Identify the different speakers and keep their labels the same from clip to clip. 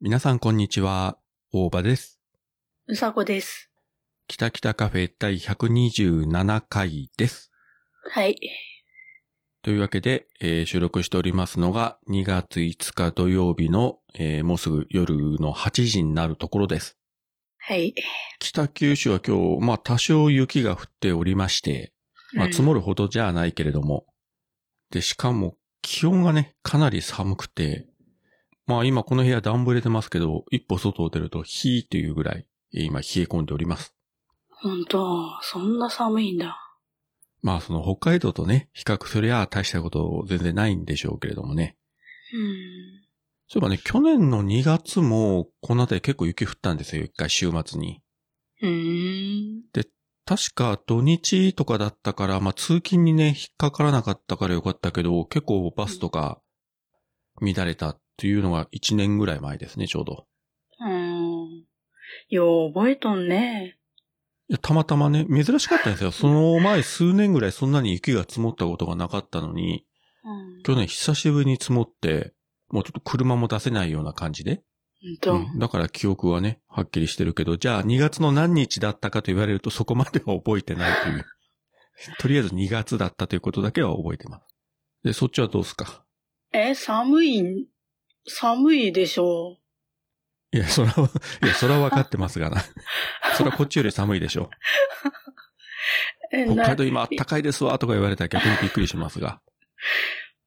Speaker 1: 皆さんこんにちは。大場です。
Speaker 2: うさこです。
Speaker 1: 北北カフェ第127回です。
Speaker 2: はい。
Speaker 1: というわけで、えー収録しておりますのが2月5日土曜日の、えーもうすぐ夜の8時になるところです。
Speaker 2: はい。
Speaker 1: 北九州は今日、まあ多少雪が降っておりまして、まあ積
Speaker 2: うん
Speaker 1: もるほどじゃないけれども。で、しかも気温がね、かなり寒くて、まあ今この部屋暖房入れてますけど、一歩外を出るとヒーというぐらい、えー今冷え込んでおります。
Speaker 2: ほんと、そんな寒いんだ。
Speaker 1: まあその北海道とね、比較すりゃ大したこと全然ないんでしょうけれどもね。
Speaker 2: うん。
Speaker 1: そういえばね、去年の2月もこの辺り結構雪降ったんですよ、一回週末に。
Speaker 2: うーん。
Speaker 1: 確か土日とかだったから、まあ通勤にね、引っかからなかったからよかったけど、結構バスとか乱れたっていうのが1年ぐらい前ですね、ちょうど。
Speaker 2: うん。よう覚えとんね。
Speaker 1: いやたまたまね、珍しかったんですよ。その前数年ぐらいそんなに雪が積もったことがなかったのに、
Speaker 2: うん。
Speaker 1: 去年久しぶりに積もって、もうちょっと車も出せないような感じで。
Speaker 2: ほんと。
Speaker 1: うんだから記憶はね、はっきりしてるけど、じゃあ2月の何日だったかと言われるとそこまでは覚えてないという。 とりあえず2月だったということだけは覚えてます。で、そっちはどうすか
Speaker 2: え、寒いん、寒いでしょ
Speaker 1: いや、それは、 いや、それは分かってますが な。それはこっちより寒いでしょ
Speaker 2: う。え、
Speaker 1: う。北
Speaker 2: な
Speaker 1: 海、道今あったかいですわとか言われたら逆にびっくりしますが。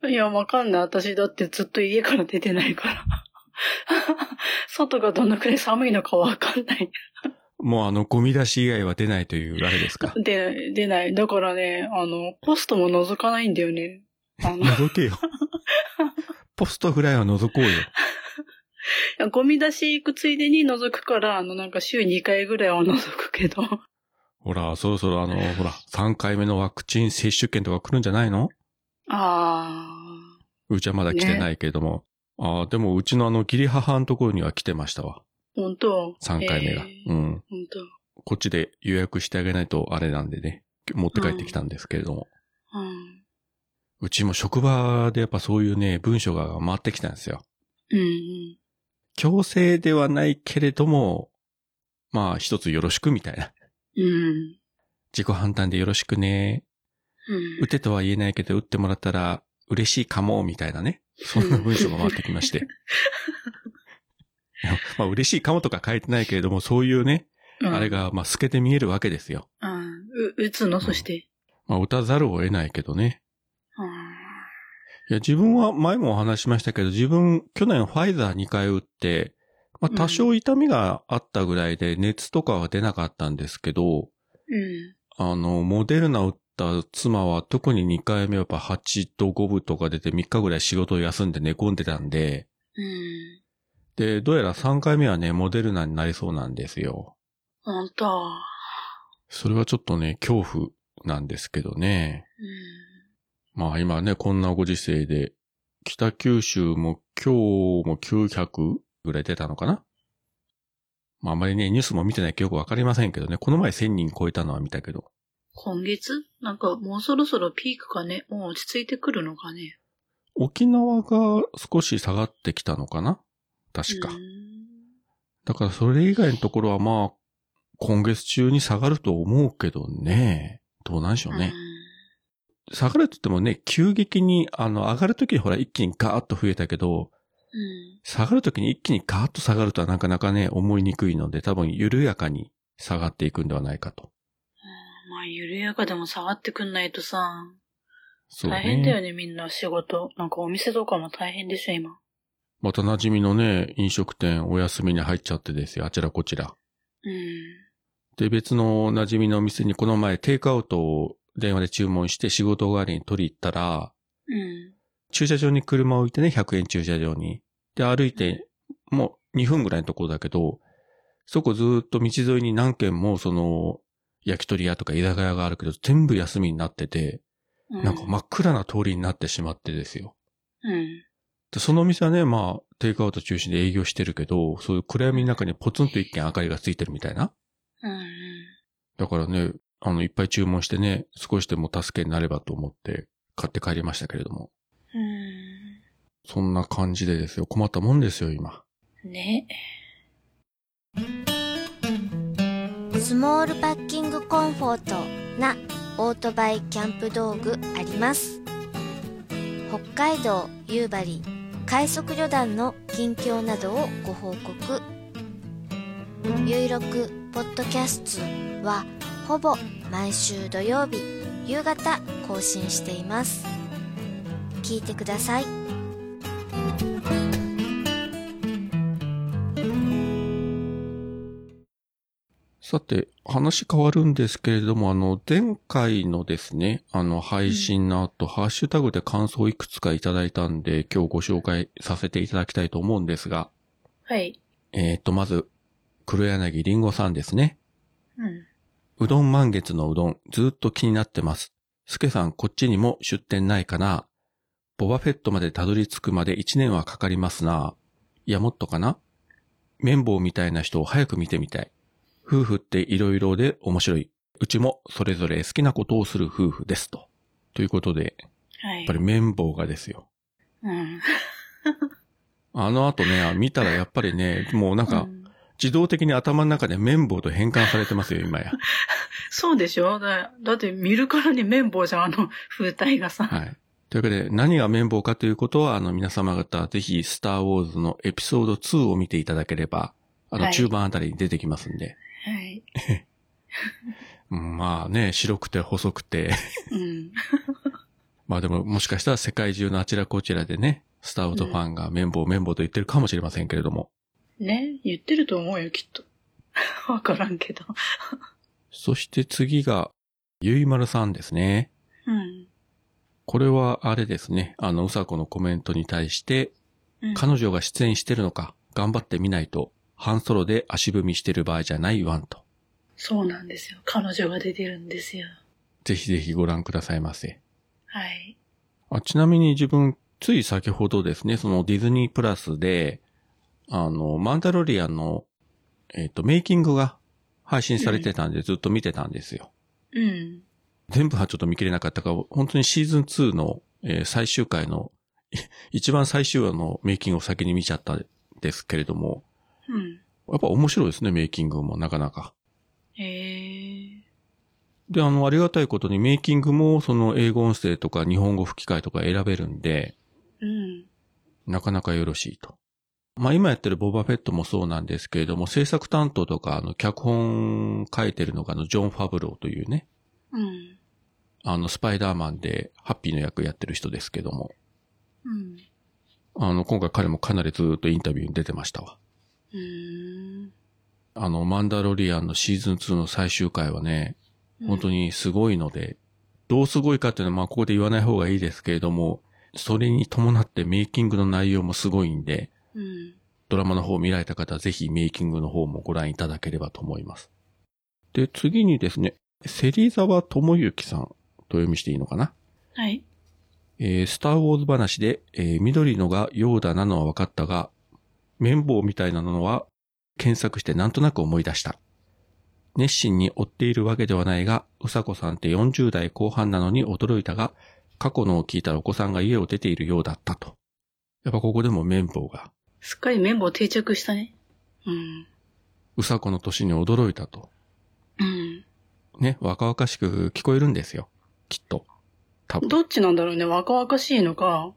Speaker 2: いや、わかんない。私だってずっと家から出てないから。 外がどのくらい寒いのかわかんない。。
Speaker 1: もうあの、ゴミ出し以外は出ないというあれですか
Speaker 2: で、出ない。だからね、あの、ポストも覗かないんだよね。あの、
Speaker 1: 覗けよ。ポストフライは覗こうよ。
Speaker 2: いやゴミ出し行くついでに覗くから、あの、なんか週2回ぐらいは覗くけど。
Speaker 1: ほら、そろそろあの、ほら、3回目のワクチン接種券とか来るんじゃないの
Speaker 2: あ
Speaker 1: うちはまだ来てないけれども。ああ、でもうちのあの、義理母のところには来てましたわ。
Speaker 2: ー、本当
Speaker 1: 3回目が。
Speaker 2: えー
Speaker 1: うん。
Speaker 2: 本当
Speaker 1: こっちで予約してあげないとあれなんでね、持って帰ってきたんですけれども。
Speaker 2: うん。
Speaker 1: うちも職場でやっぱそういうね、文章が回ってきたんですよ。
Speaker 2: うん。
Speaker 1: 強制ではないけれども、まあ一つよろしくみたいな。
Speaker 2: うん。
Speaker 1: 自己判断でよろしくね。
Speaker 2: うん。
Speaker 1: 打てとは言えないけど打ってもらったら嬉しいかも、みたいなね。そんな文章が回ってきまして。い やまあ嬉しいかもとか書いてないけれども、そういうね、
Speaker 2: うん
Speaker 1: あれ。が、まあ、透けて見えるわけですよ。
Speaker 2: うん。う、打つのそして。
Speaker 1: まあ、打たざるを得ないけどね。
Speaker 2: うん。
Speaker 1: いや、自分は、前もお話ししましたけど、自分、去年ファイザー2回打って、ま
Speaker 2: う
Speaker 1: あ、
Speaker 2: ん
Speaker 1: 多少痛みがあったぐらいで、熱とかは出なかったんですけど、
Speaker 2: うん。
Speaker 1: あの、モデルナ打った妻は、特に2回目はやっぱ8度5分とか出て、3日ぐらい仕事を休んで寝込んでたんで、
Speaker 2: うん。
Speaker 1: で、どうやら3回目はね、モデルナになりそうなんですよ。
Speaker 2: 本当
Speaker 1: それはちょっとね、恐怖なんですけどね。
Speaker 2: うん。
Speaker 1: まあ今ね、こんなご時世で、北九州も今日も900ぐらい出たのかなまああまりね、ニュースも見てないけどよくわかりませんけどね、この前1000人超えたのは見たけど。
Speaker 2: 今月なんかもうそろそろピークかね。もう落ち着いてくるのかね。
Speaker 1: 沖縄が少し下がってきたのかな確か
Speaker 2: うん。。
Speaker 1: だからそれ以外のところはまあ、今月中に下がると思うけどね。どうなんでしょうね。下がるって言ってもね、急激に、あの、上がるときにほら一気にガーッと増えたけど、
Speaker 2: うん。うん。
Speaker 1: 下がるときに一気にガーッと下がるとはなかなかね、思いにくいので、多分緩やかに下がっていくんではないかと。
Speaker 2: まあ、緩やかでも下がってくんないとさ、
Speaker 1: そう
Speaker 2: 大変だよね、みんな仕事。なんかお店とかも大変でしょ、今。
Speaker 1: また馴染みのね、飲食店お休みに入っちゃってですよ、あちらこちら。
Speaker 2: うん。
Speaker 1: で、別の馴染みのお店にこの前テイクアウトを電話で注文して仕事終わりに取り行ったら、
Speaker 2: うん。
Speaker 1: 駐車場に車を置いてね、100円駐車場に。で、歩いて、もう2分ぐらいのところだけど、そこずーっと道沿いに何軒もその、焼き鳥屋とか居酒屋があるけど、全部休みになってて、
Speaker 2: う
Speaker 1: なんか真っ暗な通りになってしまってですよ。
Speaker 2: うん。
Speaker 1: で、そのお店はね、まあ、テイクアウト中心で営業してるけど、そういう暗闇の中にポツンと一軒明かりがついてるみたいな。
Speaker 2: うん。
Speaker 1: だからね、あの、いっぱい注文してね、少しでも助けになればと思って買って帰りましたけれども。
Speaker 2: うん。
Speaker 1: そんな感じでですよ。困ったもんですよ、今。
Speaker 2: ね。
Speaker 3: スモールパッキングコンフォートなオートバイキャンプ道具あります北海道夕張快速旅団の近況などをご報告ゆいろくポッドキャストはほぼ毎週土曜日夕方更新しています聞いてください
Speaker 1: さて、話変わるんですけれども、あの、前回のですね、あの、配信の後、ハッシュタグで感想いくつかいただいたんで、今日ご紹介させていただきたいと思うんですが、
Speaker 2: はい。
Speaker 1: えーっと、まず、黒柳りんごさんですね。
Speaker 2: うん。
Speaker 1: うどん満月のうどん、ずーっと気になってます。すけさん、こっちにも出店ないかなボバフェットまでたどり着くまで1年はかかりますな。いや、もっとかな綿棒みたいな人を早く見てみたい。夫婦って色々で面白い。うちもそれぞれ好きなことをする夫婦ですと。ということで、や
Speaker 2: はい。
Speaker 1: っぱり綿棒がですよ。
Speaker 2: うん。
Speaker 1: あの後ね、あ見たらやっぱりね、もうなん
Speaker 2: う
Speaker 1: か
Speaker 2: ん
Speaker 1: 自動的に頭の中で綿棒と変換されてますよ、今や。
Speaker 2: そうでしょだだって見るからに綿棒じゃん、あの風体がさ。
Speaker 1: はい。というわけで、何が綿棒かということは、あの、皆様方、ぜひ、スター・ウォーズのエピソード2を見ていただければ、あ
Speaker 2: は
Speaker 1: の、
Speaker 2: い
Speaker 1: 中盤あたりに出てきますんで。
Speaker 2: はい。
Speaker 1: うん、まあね、白くて細くて、
Speaker 2: うん。
Speaker 1: まあでも、もしかしたら世界中のあちらこちらでね、スター・ウォーズファンが綿棒、綿棒と言ってるかもしれませんけれども。
Speaker 2: ね言ってると思うよ、きっと。 わからんけど。
Speaker 1: そして次が、ゆいまるさんですね。
Speaker 2: うん。
Speaker 1: これは、あれですね、あの、うさこのコメントに対して、
Speaker 2: うん
Speaker 1: 彼女が出演してるのか、頑張ってみないと、半ソロで足踏みしてる場合じゃないワンと。
Speaker 2: そうなんですよ。彼女が出てるんですよ。
Speaker 1: ぜひぜひご覧くださいませ。
Speaker 2: はい。
Speaker 1: あちなみに自分、つい先ほどですね、そのディズニープラスで、あの、マンダロリアンの、えっ、と、メイキングが配信されてたんで、ずっと見てたんですよ。
Speaker 2: うん。
Speaker 1: 全部はちょっと見切れなかったから、本当にシーズン2の、えー最終回の、 一番最終話のメイキングを先に見ちゃったんですけれども、
Speaker 2: うん。
Speaker 1: やっぱ面白いですね、メイキングもなかなか。
Speaker 2: えー。
Speaker 1: で、あの、ありがたいことにメイキングも、その英語音声とか日本語吹き替えとか選べるんで、
Speaker 2: うん。
Speaker 1: なかなかよろしいと。まあ今やってるボバフェットもそうなんですけれども、制作担当とか、あの、脚本書いてるのが、あの、ジョン・ファブローというね、
Speaker 2: うん。
Speaker 1: あの、スパイダーマンでハッピーの役やってる人ですけども、
Speaker 2: うん。
Speaker 1: あの、今回彼もかなりずっとインタビューに出てましたわ。
Speaker 2: うーん。
Speaker 1: あの、マンダロリアンのシーズン2の最終回はね、本当
Speaker 2: に。
Speaker 1: にすごいので、どうすごいかっていうのは、まあここで言わない方がいいですけれども、それに伴ってメイキングの内容もすごいんで、
Speaker 2: うん。
Speaker 1: ドラマの方を見られた方はぜひメイキングの方もご覧いただければと思います。で、次にですね、芹沢智之さんとお読みしていいのかな
Speaker 2: はい。
Speaker 1: えースターウォーズ話で、えー緑のがヨーダなのは分かったが、綿棒みたいなのは検索してなんとなく思い出した。熱心に追っているわけではないが、うさこさんって40代後半なのに驚いたが、過去のを聞いたらお子さんが家を出ているようだったと。やっぱここでも綿棒が、
Speaker 2: すっかり綿棒定着したね。うん。
Speaker 1: うさこの年に驚いたと。
Speaker 2: うん。
Speaker 1: ね、若々しく聞こえるんですよ。きっと。多分。
Speaker 2: どっちなんだろうね。若々しいのか。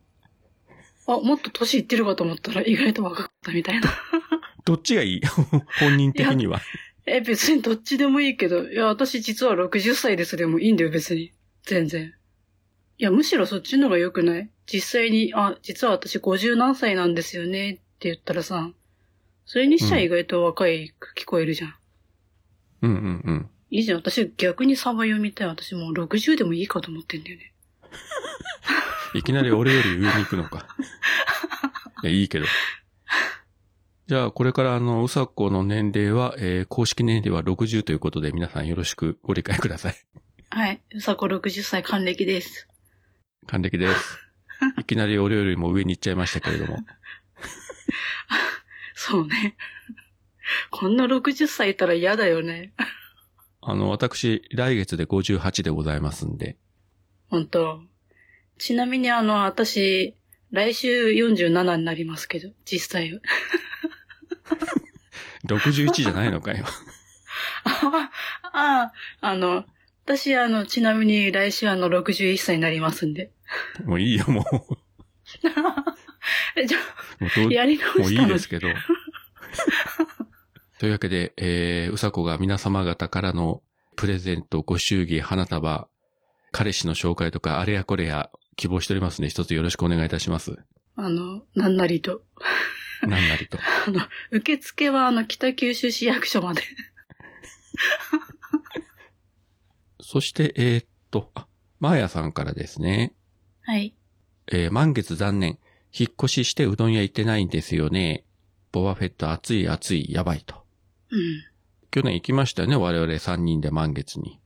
Speaker 2: あ、もっと年いってるかと思ったら意外と若かったみたいな。
Speaker 1: どっちがいい 本人的には。
Speaker 2: え、別にどっちでもいいけど、いや、私実は60歳ですでもいいんだよ、別に。全然。いや、むしろそっちの方が良くない実際に、あ、実は私50何歳なんですよねって言ったらさ、それにしちゃ
Speaker 1: うん
Speaker 2: 意外と若いく聞こえるじゃん。
Speaker 1: うんうんうん。
Speaker 2: いいじゃん。私逆にサバ読みたい。私もう60でもいいかと思ってんだよね。
Speaker 1: いきなり俺より上に行くの か。いや、いいけど。じゃあ、これからあの、うさこの年齢は、えー公式年齢は60ということで、皆さんよろしくご理解ください。
Speaker 2: はい。うさこ60歳還暦です。
Speaker 1: 還暦です。いきなり俺よりも上に行っちゃいましたけれども。
Speaker 2: そうね。 こんな60歳いたら嫌だよね。
Speaker 1: あの、私、来月で58でございますんで。
Speaker 2: 本当。ちなみにあの、私、来週47になりますけど、実際は。
Speaker 1: 61じゃないのかよ。
Speaker 2: あ あ、あの、私、あの、ちなみに来週あの、61歳になりますん で。
Speaker 1: もういいよ、もう。も
Speaker 2: えじゃ
Speaker 1: うど
Speaker 2: あ、
Speaker 1: う
Speaker 2: やり直した
Speaker 1: も
Speaker 2: の
Speaker 1: ういいですけど。というわけで、えー、うさこが皆様方からのプレゼント、ご祝儀、花束、彼氏の紹介とか、あれやこれや希望しておりますね。一つよろしくお願いいたします。
Speaker 2: あの、なんなりと。
Speaker 1: なんなりと。
Speaker 2: 受付はあの、北九州市役所まで。
Speaker 1: そして、えーっと、あ、マーヤさんからですね。
Speaker 2: はい。
Speaker 1: えー満月残念。引っ越ししてうどん屋行ってないんですよね。ボバフェット暑い暑いやばいと。
Speaker 2: うん。
Speaker 1: 去年行きましたよね、我々3人で満月に。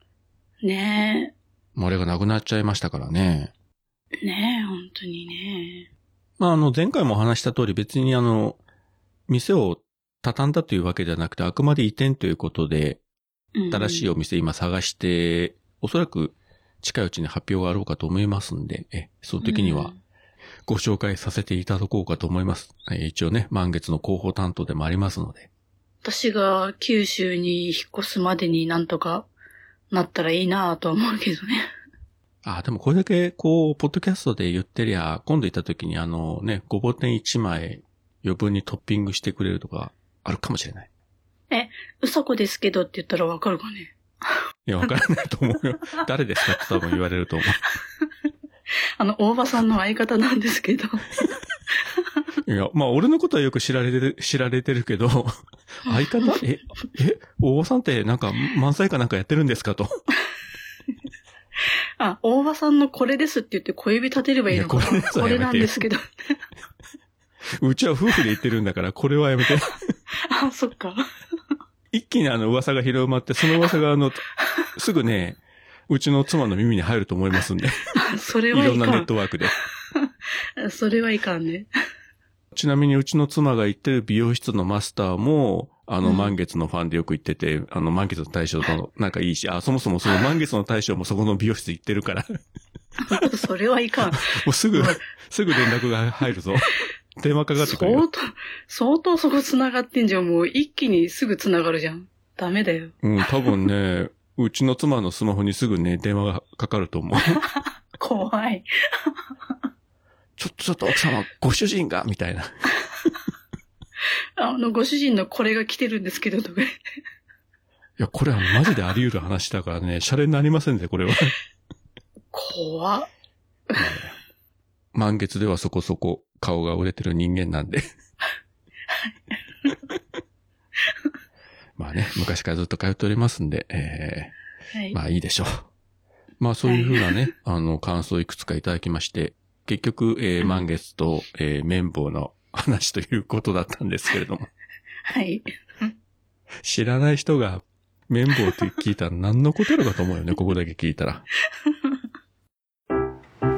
Speaker 2: ね
Speaker 1: もうあれがなくなっちゃいましたからね。
Speaker 2: え、ねえ、本当にね
Speaker 1: まあ、あの、前回もお話した通り別にあの、店を畳んだというわけではなくて、あくまで移転ということで、
Speaker 2: うん
Speaker 1: 新しいお店今探して、おそらく近いうちに発表があろうかと思いますんで、え、その時にはご紹介させていただこうかと思います。え一応ね、満月の広報担当でもありますので。
Speaker 2: 私が九州に引っ越すまでになんとかなったらいいなぁとは思うけどね。
Speaker 1: あ、でもこれだけ、こう、ポッドキャストで言ってりゃ、今度行った時にあのね、ごぼ天1枚余分にトッピングしてくれるとか、あるかもしれない。
Speaker 2: うさこですけどって言ったらわかるかね。
Speaker 1: いや、わからないと思うよ。誰ですかって多分言われると思
Speaker 2: あの、大場さんの相方なんで すけど。
Speaker 1: う。いや、まあ、俺のことはよく知られてる、知られてるけど、相方、え、え、大場さんってなんか漫才かなんかやってるんですかと。
Speaker 2: あ、大場さんのこれですって言って小指立てればいいのか
Speaker 1: いやこれ
Speaker 2: な。
Speaker 1: ですは
Speaker 2: これ
Speaker 1: や
Speaker 2: な
Speaker 1: め
Speaker 2: ん
Speaker 1: てよ
Speaker 2: ですけど。
Speaker 1: うちは夫婦で言ってるんだから、これはやめて。
Speaker 2: あ、そっか。
Speaker 1: 一気にあの噂が広まって、その噂があの、すぐね、うちの妻の耳に入ると思いますんで。
Speaker 2: あそ
Speaker 1: い
Speaker 2: れはい
Speaker 1: ろんなネ
Speaker 2: か
Speaker 1: ットワークで。
Speaker 2: ん。 それはいかんね。
Speaker 1: ちなみにうちの妻が行ってる美容室のマスターも、あの、
Speaker 2: うん
Speaker 1: 満月のファンでよく行ってて、あの、満月の大将との仲いいし、あ、そもそも その満月の大将もそこの美容室行ってるから、も
Speaker 2: それは いかん。
Speaker 1: うすぐ
Speaker 2: うわ、
Speaker 1: すぐ連絡が入るぞ。電話かかってくる
Speaker 2: 相
Speaker 1: よ。
Speaker 2: 当、相当そこ繋がってんじゃん。もう一気にすぐ繋がるじゃん。ダメだよ。
Speaker 1: うん、多分ね、うちの妻のスマホにすぐね、電話がかかると 思う。
Speaker 2: 怖い。
Speaker 1: ちょっとちょっと奥様、ご主人が、みたいな。
Speaker 2: あの、ご主人のこれが来てるんですけど、とか。
Speaker 1: いや、これはマジであり得る話だからね、シャレになりませんね、これは。
Speaker 2: 怖っ
Speaker 1: 満月ではそこそこ顔が売れてる人間 なんで。まあね、昔からずっと通っておりますんで、え
Speaker 2: は
Speaker 1: え
Speaker 2: い。
Speaker 1: まあいいでしょう。まあそういうふうなね、あの、感想をいくつかいただきまして、結局、えー満月と、えー綿棒の話ということだったんですけれ ども、
Speaker 2: はい。
Speaker 1: 知らない人が綿棒って聞いたら何のことやろかと思うよね、ここだけ聞いたら。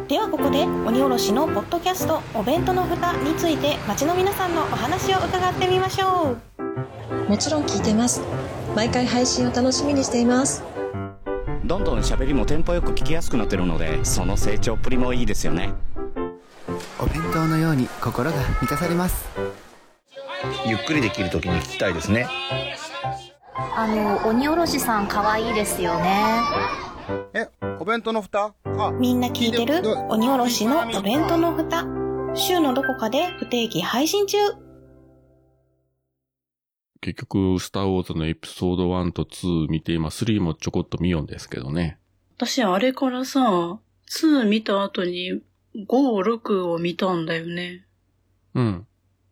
Speaker 4: ではここで鬼おろしのポッドキャストお弁当の蓋について町の皆さんのお話を伺ってみましょう
Speaker 5: もちろん聞いてます毎回配信を楽しみにしています
Speaker 6: どんどん喋りもテンポよく聞きやすくなってるのでその成長っぷりもいいですよね
Speaker 7: お弁当のように心が満たされます
Speaker 8: ゆっくりできるときに聞きたいですね
Speaker 9: あの鬼おろしさん可愛いですよね
Speaker 10: え、お弁当の蓋あ、
Speaker 4: みんな聞いてる鬼おろしのお弁当の蓋週のどこかで不定期配信中
Speaker 1: 結局、スターウォーズのエピソード1と2見て、今3もちょこっと見ようんですけどね。
Speaker 2: 私、あれからさ、2見た後に、5、6を見たんだよね。
Speaker 1: うん。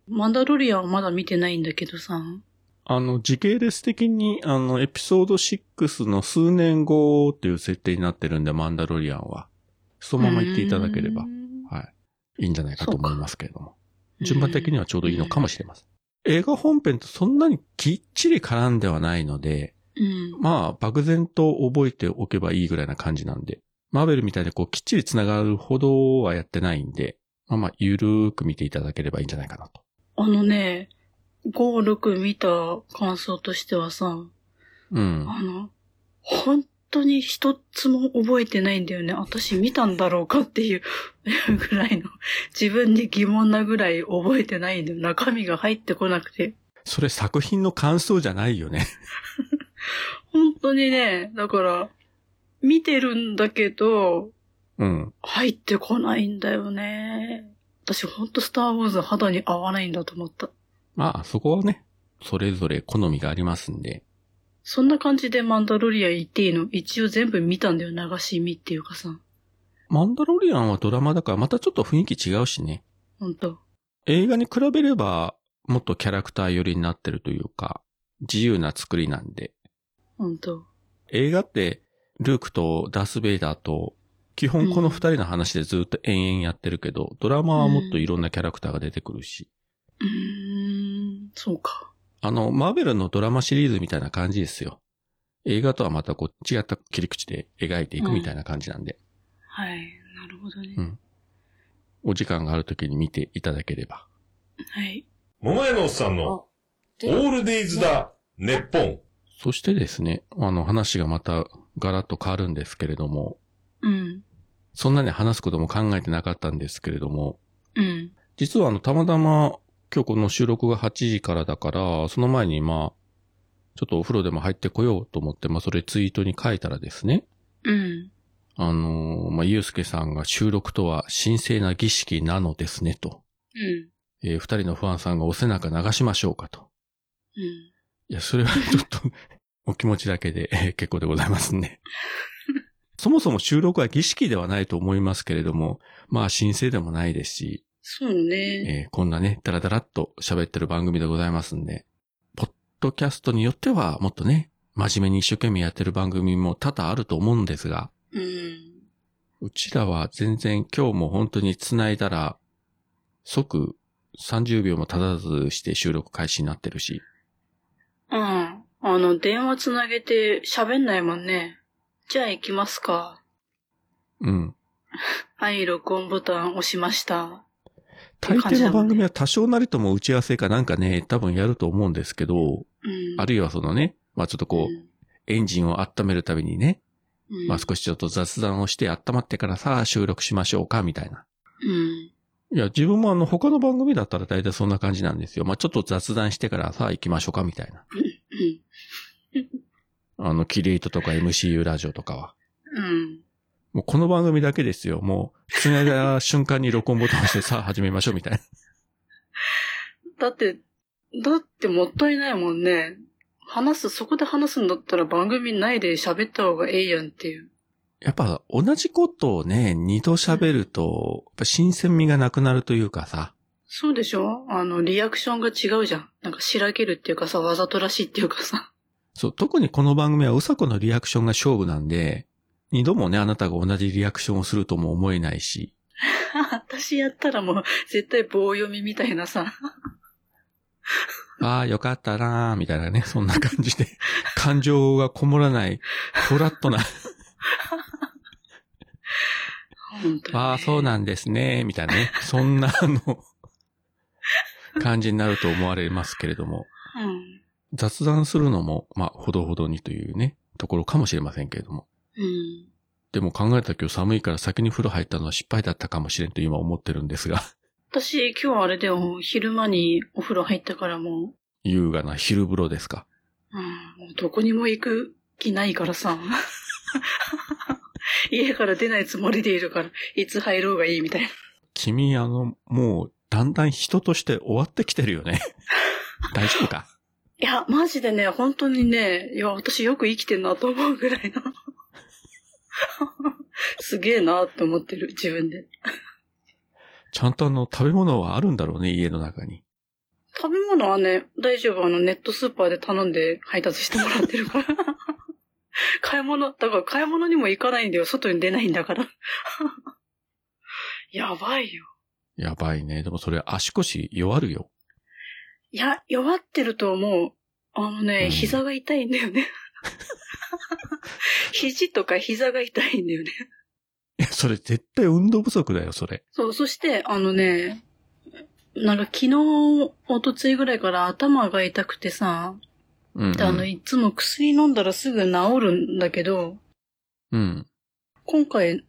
Speaker 2: マンダロリアンはまだ見てないんだけどさ。
Speaker 1: あの、時系列的に、あの、エピソード6の数年後っていう設定になってるんで、マンダロリアンは。そのまま言っていただければ
Speaker 2: う、ん
Speaker 1: はい。いいんじゃないかと思いますけれども。順番的にはちょうどいいのかもしれません。映画本編とそんなにきっちり絡んではないので、
Speaker 2: うん。
Speaker 1: まあ、漠然と覚えておけばいいぐらいな感じなんで、マーベルみたいにこう、きっちり繋がるほどはやってないんで、まあまあ、ゆるーく見ていただければいいんじゃないかなと。
Speaker 2: あのね、5、6見た感想としてはさ、
Speaker 1: うん。
Speaker 2: あの、本当に一つも覚えてないんだよね。私見たんだろうかっていう ぐらいの、自分で疑問なぐらい覚えてないんだよ。中身が入ってこなくて。
Speaker 1: それ作品の感想じゃないよね。
Speaker 2: 本当にね、だから、見てるんだけど、
Speaker 1: うん。
Speaker 2: 入ってこないんだよね。私ほんとスターウォーズ肌に合わないんだと思った。
Speaker 1: まあ、そこはね、それぞれ好みがありますんで。
Speaker 2: そんな感じでマンダロリアン言っていいの一応全部見たんだよ、流し見っていうかさ。
Speaker 1: マンダロリアンはドラマだからまたちょっと雰囲気違うしね。
Speaker 2: ほんと。
Speaker 1: 映画に比べれば、もっとキャラクター寄りになってるというか、自由な作りなんで。
Speaker 2: ほんと。
Speaker 1: 映画って、ルークとダース・ベイダーと、基本この二人の話でずっと延々やってるけど、ドラマはもっといろんなキャラクターが出てくるし、
Speaker 2: うーん、そうか。
Speaker 1: あの、マーベルのドラマシリーズみたいな感じですよ。映画とはまたこう違った切り口で描いていくみたいな感じなんで、
Speaker 2: はい。なるほどね。
Speaker 1: うんお時間がある時に見ていただければ。
Speaker 2: はい。
Speaker 11: 桃屋のおっさんの、オールデイズだ、ネッポン。
Speaker 1: そしてですね、あの話がまたガラッと変わるんですけれども、
Speaker 2: うん。
Speaker 1: そんなに話すことも考えてなかったんですけれども、
Speaker 2: うん。
Speaker 1: 実はあの、たまたま今日この収録が8時からだから、その前にまあ、ちょっとお風呂でも入ってこようと思って、まあそれツイートに書いたらですね、
Speaker 2: うん。
Speaker 1: あのーまあ、ゆうすけさんが収録とは神聖な儀式なのですねと、
Speaker 2: うん。
Speaker 1: えー二人の不安さんがお背中流しましょうかと。
Speaker 2: うん。
Speaker 1: いや、それはちょっと、お気持ちだけでえー結構でございますね。そもそも収録は儀式ではないと思いますけれども、まあ神聖でもないですし、
Speaker 2: そうね。
Speaker 1: えーこんなね、ダラダラっと喋ってる番組でございますんで、ポッドキャストによってはもっとね、真面目に一生懸命やってる番組も多々あると思うんですが、
Speaker 2: うん。
Speaker 1: うちらは全然今日も本当に繋いだら、即30秒も経たずして収録開始になってるし、
Speaker 2: うん。あの、電話つなげて喋んないもんね。じゃあ行きますか。
Speaker 1: うん。
Speaker 2: はい、録音ボタン押しました。
Speaker 1: 大抵の番組は多少なりとも打ち合わせかなんかね、多分やると思うんですけど、
Speaker 2: うん。
Speaker 1: あるいはそのね、まあちょっとこう、エンジンを温めるためにね、
Speaker 2: うん
Speaker 1: まあ少しちょっと雑談をして温まってからさあ収録しましょうか、みたいな。
Speaker 2: うん。
Speaker 1: いや、自分もあの他の番組だったら大体そんな感じなんですよ。まあちょっと雑談してからさあ行きましょうか、みたいな。
Speaker 2: うん。
Speaker 1: あの、キリエイトとか MCU ラジオとかは。
Speaker 2: うん。
Speaker 1: もうこの番組だけですよ。もう、つないだ瞬間に録音ボタンを押してさあ始めましょう、みたいな。
Speaker 2: だって、だってもったいないもんね。話す、そこで話すんだったら番組内で喋った方がええやんっていう。
Speaker 1: やっぱ同じことをね、二度喋ると、やっぱ新鮮味がなくなるというかさ。
Speaker 2: そうでしょあの、リアクションが違うじゃん。なんか、しらけるっていうかさ、わざとらしいっていうかさ。
Speaker 1: そう、特にこの番組はうさこのリアクションが勝負なんで、二度もね、あなたが同じリアクションをするとも思えないし、
Speaker 2: 私やったらもう、絶対棒読みみたいなさ。
Speaker 1: ああ、よかったなー、みたいなね、そんな感じで、感情がこもらない、フラットな、
Speaker 2: 本当に
Speaker 1: ああ、そうなんですね、みたいなね、そんな、あの、感じになると思われますけれども、
Speaker 2: うん。
Speaker 1: 雑談するのも、まあ、ほどほどにというね、ところかもしれませんけれども。
Speaker 2: うん。
Speaker 1: でも考えた今日寒いから先に風呂入ったのは失敗だったかもしれんと今思ってるんですが、
Speaker 2: 私、今日あれだよ、昼間にお風呂入ったからも
Speaker 1: 優雅な昼風呂ですか。
Speaker 2: う、うん、もうどこにも行く気ないからさ。家から出ないつもりでいるから、いつ入ろうがいいみたいな。
Speaker 1: 君、あの、もう、だんだん人として終わってきてるよね。 大丈夫か
Speaker 2: いや、マジでね、本当にね、いや、私よく生きてんなと思うぐらいの。 すげえなって思ってる、自分で。
Speaker 1: ちゃんとあの、食べ物はあるんだろうね、家の中に。
Speaker 2: 食べ物はね、大丈夫。あの、ネットスーパーで頼んで配達してもらってるから。 買い物、だから買い物にも行かないんだよ。外に出ないんだから。 やばいよ。
Speaker 1: やばいね。でもそれ足腰弱るよ。
Speaker 2: いや、弱ってると思う。あのね、
Speaker 1: うん
Speaker 2: 膝が痛いんだよね。 肘とか膝が痛いんだよね。
Speaker 1: いやそれ絶対運動不足だよ、それ。
Speaker 2: そう、そして、あのね、なんか昨日、一昨日ぐらいから頭が痛くてさ、
Speaker 1: うん、
Speaker 2: であの、いつも薬飲んだらすぐ治るんだけど、
Speaker 1: うん。
Speaker 2: 今回、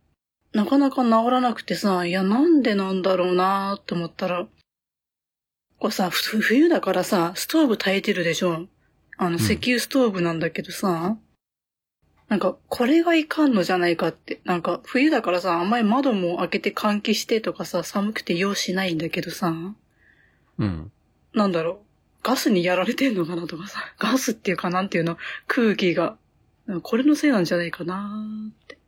Speaker 2: なかなか治らなくてさ、いや、なんでなんだろうなーって思ったら、こうさ、ふ冬だからさ、ストーブ炊いてるでしょあの、石油ストーブなんだけどさ、なんか、これがいかんのじゃないかって。なんか、冬だからさ、あんまり窓も開けて換気してとかさ、寒くて用しないんだけどさ、
Speaker 1: うん。
Speaker 2: なんだろう、ガスにやられてんのかなとかさ、ガスっていうかなんていうの、空気が。これのせいなんじゃないかな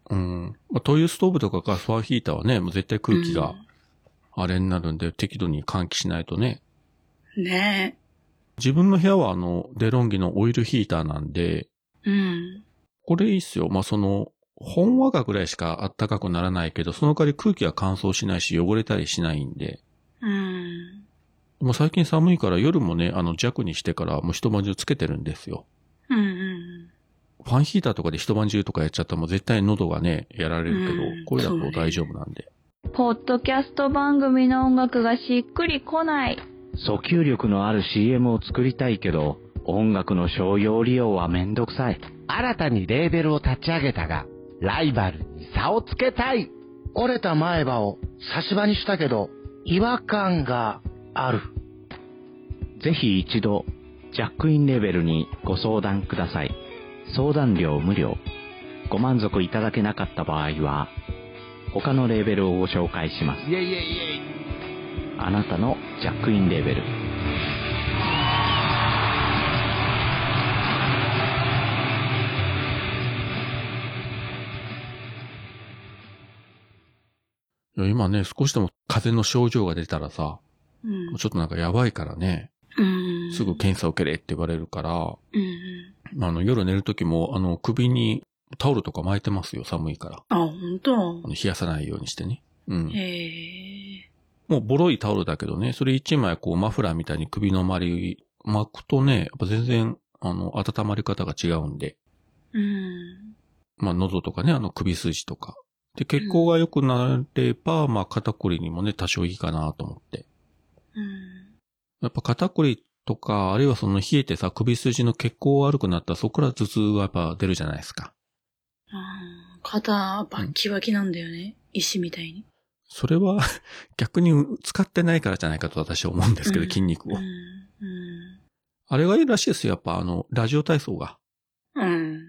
Speaker 1: うん。まあ、灯油ストーブとかガスファーヒーターはね、もう絶対空気があれになるんで、適度に換気しないとね。
Speaker 2: ね
Speaker 1: 自分の部屋はあの、デロンギのオイルヒーターなんで、
Speaker 2: え。うん。
Speaker 1: これいいっすよ。まあ、その、ほんわかぐらいしか暖かくならないけど、その代わり空気は乾燥しないし、汚れたりしないんで。
Speaker 2: うん。
Speaker 1: もう最近寒いから夜もね、あの弱にしてからもう一晩中つけてるんですよ。
Speaker 2: うんうん。
Speaker 1: ファンヒーターとかで一晩中とかやっちゃったらもう絶対喉がね、やられるけど、
Speaker 12: うん
Speaker 1: これだと大丈夫なんで。
Speaker 12: ポッドキャスト番組の音楽がしっくりこない。
Speaker 13: 訴求力のある CM を作りたいけど、音楽の商用利用はめんどくさい。
Speaker 14: 新たにレーベルを立ち上げたが、ライバルに差をつけたい。折れた前歯を差し歯にしたけど、違和感がある。
Speaker 13: ぜひ一度、ジャックインレーベルにご相談ください。相談料無料。ご満足いただけなかった場合は、他のレーベルをご紹介しま
Speaker 14: イ
Speaker 13: す。
Speaker 14: ェイイェイイェイ。
Speaker 13: あなたのジャックインレーベル。
Speaker 1: いや今ね、少しでも風邪の症状が出たらさ、
Speaker 2: うん。
Speaker 1: ちょっとなんかやばいからね、
Speaker 2: うん。
Speaker 1: すぐ検査受けれって言われるから、
Speaker 2: うん。
Speaker 1: あの夜寝る時も、あの首にタオルとか巻いてますよ、寒いから。
Speaker 2: あ、ほんと
Speaker 1: あの冷やさないようにしてね。うん。
Speaker 2: へえ。
Speaker 1: もうボロいタオルだけどね、それ一枚こうマフラーみたいに首の周り巻くとね、やっぱ全然、あの、温まり方が違うんで、
Speaker 2: うん。
Speaker 1: まあ喉とかね、あの首筋とか。で、血行が良くなれば、まあ肩こりにもね、多少いいかなと思って。やっぱ肩こりとか、あるいはその冷えてさ、首筋の血行悪くなったら、そこから頭痛がやっぱ出るじゃないですか。
Speaker 2: 肩、バッキバキなんだよね。石みたいに。
Speaker 1: それは 逆に使ってないからじゃないかと私は思うんですけど、
Speaker 2: うん
Speaker 1: 筋肉を。あれがいいらしいですよ、やっぱあの、ラジオ体操が。
Speaker 2: うん。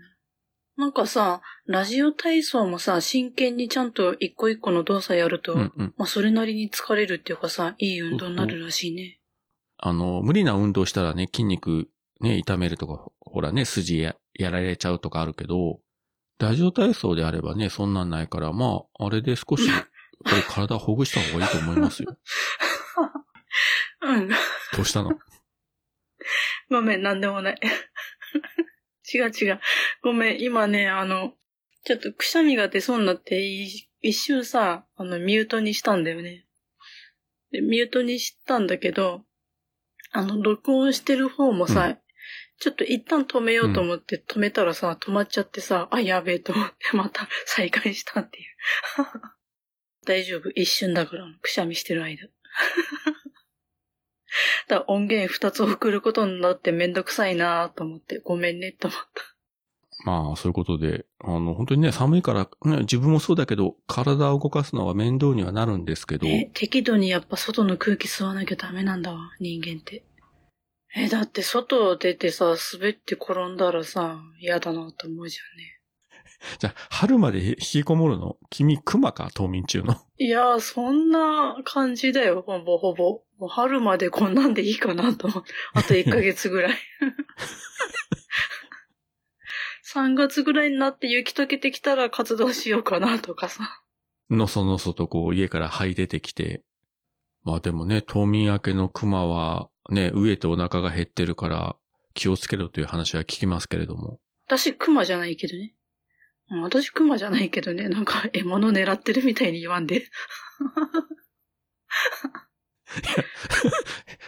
Speaker 2: なんかさ、ラジオ体操もさ、真剣にちゃんと一個一個の動作やると、
Speaker 1: うんうん
Speaker 2: まあそれなりに疲れるっていうかさ、いい運動になるらしいね。
Speaker 1: あの、無理な運動したらね、筋肉ね、痛めるとか、ほらね、筋ややられちゃうとかあるけど、ラジオ体操であればね、そんなんないから、まあ、あれで少し、これ体ほぐした方がいいと思います よ。
Speaker 2: うん。
Speaker 1: どうしたの
Speaker 2: ごめん、なんでもない。違う違う。ごめん、今ね、あの、ちょっとくしゃみが出そうになって、い一周さ、あの、ミュートにしたんだよね。で、ミュートにしたんだけど、あの、録音してる方もさ、ちょっと一旦止めようと思って止めたらさ、止まっちゃってさ、あ、やべえと思って また再開したっていう。 大丈夫、一瞬だから、くしゃみしてる間。 だから音源二つ送ることになってめんどくさいなぁと思って、ごめんねと思った。
Speaker 1: まあ、そういうことで、あの、本当にね、寒いから、ね、自分もそうだけど、体を動かすのは面倒にはなるんですけど、
Speaker 2: え、適度にやっぱ外の空気吸わなきゃダメなんだわ、人間って。え、だって外出てさ、滑って転んだらさ、嫌だなと思うじゃんね。
Speaker 1: じゃあ、春まで引きこもるの君、熊か冬眠中の。
Speaker 2: いやー、そんな感じだよ、ほぼほぼ。もう春までこんなんでいいかなと思って。あと1ヶ月ぐらい。3月ぐらいになって雪解けてきたら活動しようかなとかさ。
Speaker 1: のそのそとこう、家から這い出てきて、まあでもね、冬眠明けの熊は、ね、飢えてお腹が減ってるから、気をつけろという話は聞きますけれども。
Speaker 2: 私、熊じゃないけどね。うん私、熊じゃないけどね。なんか、獲物狙ってるみたいに言わんで。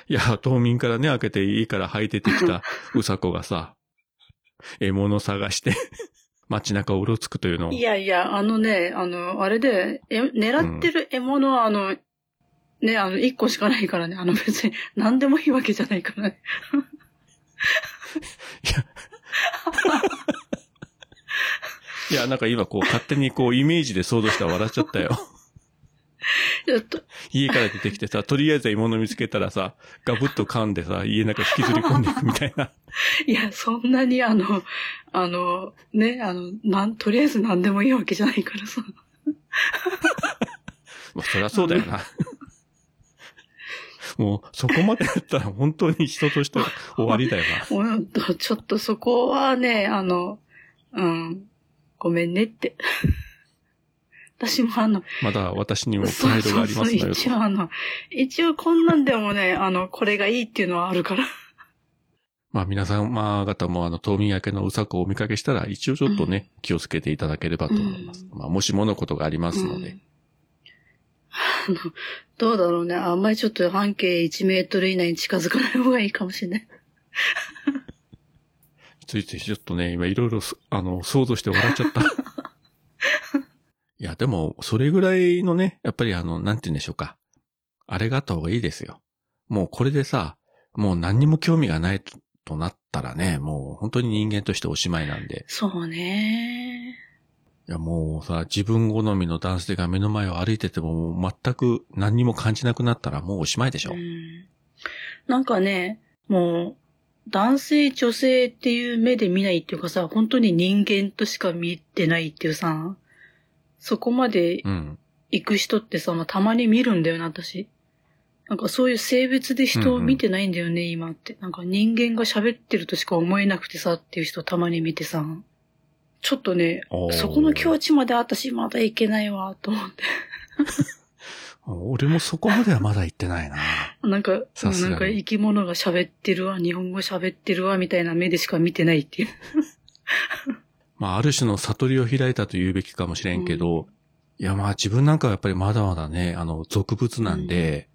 Speaker 1: いや、冬眠からね、明けて家から這い出てき たうさこがさ、獲物探して、 街中をうろつくというのを
Speaker 2: い。やいや、あのね、あの、あれで、え狙ってる獲物は、あの、ね、あの、一個しかないからね。あの、別に、何でもいいわけじゃないからね。
Speaker 1: いや、なんか今こう、勝手にこう、イメージで想像したら笑っちゃったよ。
Speaker 2: ちょっと、
Speaker 1: 家から出てきてさ、とりあえず獲物見つけたらさ、ガブッと噛んでさ、家の中引きずり込んでいくみたいな。
Speaker 2: いや、そんなにあの、あの、ね、あの、なん、とりあえず何でもいいわけじゃないからさ。
Speaker 1: まあ、そりゃそうだよな。 もう、そこまでだったら本当に人として終わりだよな。
Speaker 2: もうちょっとそこはね、あの、うん、ごめんねって。 私もあの、
Speaker 1: まだ私にもプライドがありますのよと。
Speaker 2: 一応あの、一応こんなんでもね、あの、これがいいっていうのはあるから。
Speaker 1: まあ皆様方もあの、冬眠明けのうさこをお見かけしたら、一応ちょっとね、気をつけていただければと思います。まあもしものことがありますので。
Speaker 2: あの、どうだろうね。あんまりちょっと半径1メートル以内に近づかない方がいいかもしれない。
Speaker 1: ついついちょっとね、今いろいろす、あの、想像して笑っちゃ った。いや、でも、それぐらいのね、やっぱりあの、なんて言うんでしょうか。あれがあった方がいいですよ。もうこれでさ、もう何にも興味がないととなったらね、もう本当に人間としておしまいなんで。
Speaker 2: そうね。
Speaker 1: いや、もうさ、自分好みの男性が目の前を歩いてても、もう全く何にも感じなくなったらもうおしまいでしょ。
Speaker 2: なんかね、もう、男性、女性っていう目で見ないっていうかさ、本当に人間としか見てないっていうさ、そこまで
Speaker 1: うん。
Speaker 2: 行く人ってさ、まあ、たまに見るんだよな、私。なんかそういう性別で人を見てないんだよね、今って。なんか人間が喋ってるとしか思えなくてさ、っていう人たまに見てさ、ちょっとね
Speaker 1: お、ー
Speaker 2: そこの境地まで私まだ行けないわ、と思って。
Speaker 1: 俺もそこまではまだ行ってないな。
Speaker 2: なんか、
Speaker 1: さすが
Speaker 2: な
Speaker 1: に
Speaker 2: んか生き物が喋ってるわ、日本語喋ってるわ、みたいな目でしか見てないっていう。
Speaker 1: まあ、ある種の悟りを開いたと言うべきかもしれんけど、いや、まあ自分なんかはやっぱりまだまだね、あの、俗物なんで、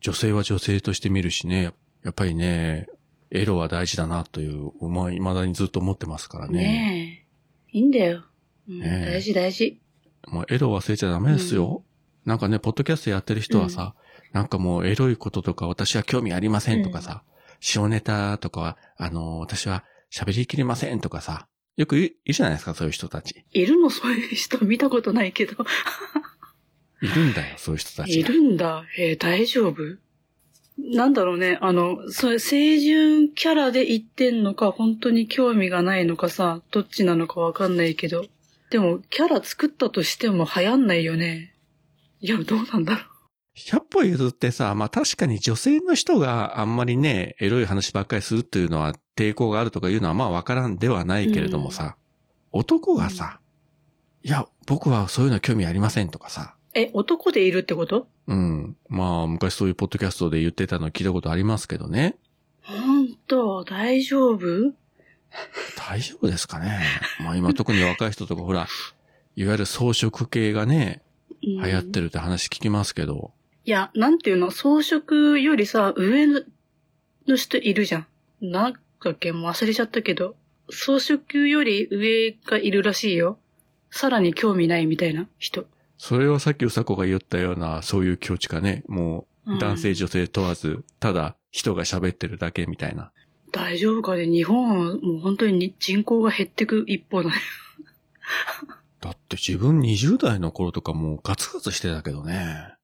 Speaker 1: 女性は女性として見るしね、やっぱりね、エロは大事だなという、まあ、未だにずっと思ってますからね。
Speaker 2: ねえ。いいんだよ。うん
Speaker 1: ねえ
Speaker 2: 大事大事。
Speaker 1: もうエロ忘れちゃダメですよ。なんかね、ポッドキャストやってる人はさ、なんかもうエロいこととか私は興味ありませんとかさ、小ネタとかは、あの私は喋りきれませんとかさ、よくいいるじゃないですか、そういう人たち。
Speaker 2: いるのそういう人見たことないけど。
Speaker 1: いるんだよ、そういう人たち
Speaker 2: い
Speaker 1: が。
Speaker 2: るんだ。えー大丈夫なんだろうね。あの、それ、清純キャラで言ってんのか、本当に興味がないのかさ、どっちなのかわかんないけど。でも、キャラ作ったとしても流行んないよね。いや、どうなんだろ
Speaker 1: 100歩譲ってさ、まあ確かに女性の人があんまりね、エロい話ばっかりするっていうのは抵抗があるとかいうのはまあわからんではないけれどもさ、男がさ、いや、僕はそういうの興味ありませんとかさ、
Speaker 2: う。え、男でいるってこと
Speaker 1: うん。まあ昔そういうポッドキャストで言ってたの聞いたことありますけどね。
Speaker 2: ほんと、大丈夫
Speaker 1: 大丈夫ですかね。まあ今特に若い人とかほら、いわゆる装飾系がね、流
Speaker 2: 流
Speaker 1: 行ってるって話聞きますけど、
Speaker 2: いや、なんていうの、装飾よりさ、上のの人いるじゃん。なんだっけ、もう忘れちゃったけど、装飾より上がいるらしいよ。さらに興味ないみたいな人。
Speaker 1: それはさっきうさこが言ったような、そういう境地かね。も
Speaker 2: うん
Speaker 1: う、男性女性問わず、ただ人が喋ってるだけみたいな。
Speaker 2: 大丈夫かね日本はもう本当に人口が減ってく一方だね。
Speaker 1: だって自分20代の頃とかもうガツガツしてたけどね。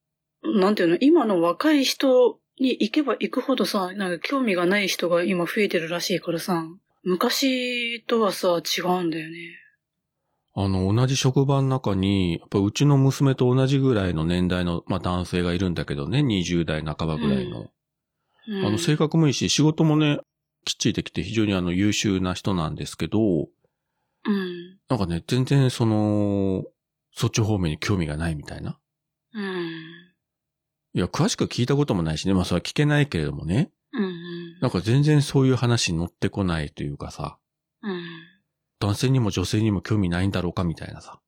Speaker 2: なんていうの、今の若い人に行けば行くほどさ、なんか興味がない人が今増えてるらしいからさ、昔とはさ、違うんだよね。
Speaker 1: あの、同じ職場の中に、やっぱうちの娘と同じぐらいの年代の、まあ男性がいるんだけどね、20代半ばぐらいの。
Speaker 2: うん
Speaker 1: あの、性格もいいし、仕事もね、きっちりできて非常にあの優秀な人なんですけど、
Speaker 2: うん。
Speaker 1: なんかね、全然その、そっち方面に興味がないみたいな。
Speaker 2: うん。
Speaker 1: いや、詳しく聞いたこともないしね。まあ、それは聞けないけれどもね。
Speaker 2: うん。
Speaker 1: なんか全然そういう話に乗ってこないというかさ、
Speaker 2: うん。
Speaker 1: 男性にも女性にも興味ないんだろうかみたいなさ、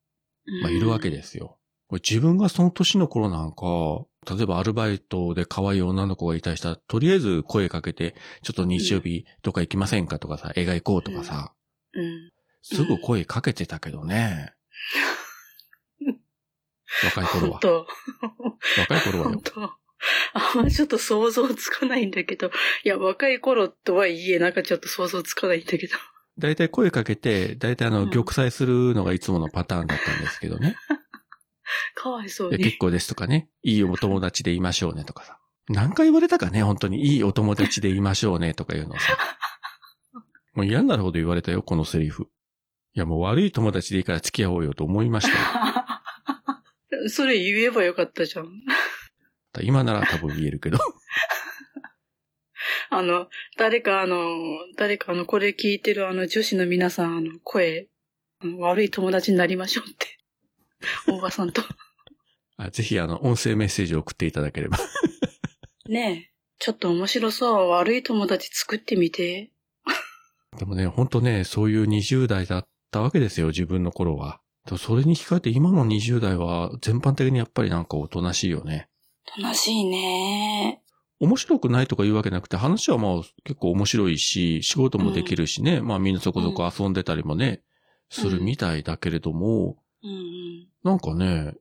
Speaker 1: まあ、いるわけ
Speaker 2: で。
Speaker 1: ですよ。これ自分がその年の頃なんか、例えばアルバイトで可愛い女の子がいたりしたら、とりあえず声かけて、ちょっと日曜日とか行きませんかとかさ、映画行こうとかさ、
Speaker 2: うん。
Speaker 1: すぐ声かけてたけど ね。若い頃
Speaker 2: 本
Speaker 1: は。
Speaker 2: 当。
Speaker 1: 若い頃は
Speaker 2: 本
Speaker 1: よ。
Speaker 2: 当。あんまちょっと想像つかないんだけど。いや、若い頃とはいえ、なんかちょっと想像つかないんだけど。
Speaker 1: だいたい声かけて、だいたいあの、玉砕するのがいつものパターンだったんですけどね。
Speaker 2: かわいそう
Speaker 1: いや
Speaker 2: に
Speaker 1: 結。構ですとかね、いいお友達でいましょうねとかさ。何回言われたかね、本当にいいお友達でいましょうねとかいうのをさ。もう嫌になるほど言われたよ、このセリフ。いやもう悪い友達でいいから付き合おうよと思いましたよ。
Speaker 2: それ言えばよかったじゃん。
Speaker 1: 今なら多分言えるけど。
Speaker 2: あの、誰かあの、誰かあの、これ聞いてるあの、女子の皆さん、あの、声、あの悪い友達になりましょう って。大場さんと。
Speaker 1: あぜひあの、音声メッセージを送っていただければ。
Speaker 2: ねえ、ちょっと面白そう。悪い友達作ってみて。
Speaker 1: でもね、ほんとね、そういう20代だったわけですよ、自分の頃は。でもそれに引き換えて今の20代は全般的にやっぱりなんかおとなしいよね。
Speaker 2: 楽しいね。
Speaker 1: 面白くないとか言うわけなくて、話はまあ結構面白いし、仕事もできるしね、まあみんなそこそこ遊んでたりもね、するみたいだけれども、
Speaker 2: うんうん。
Speaker 1: なんかね、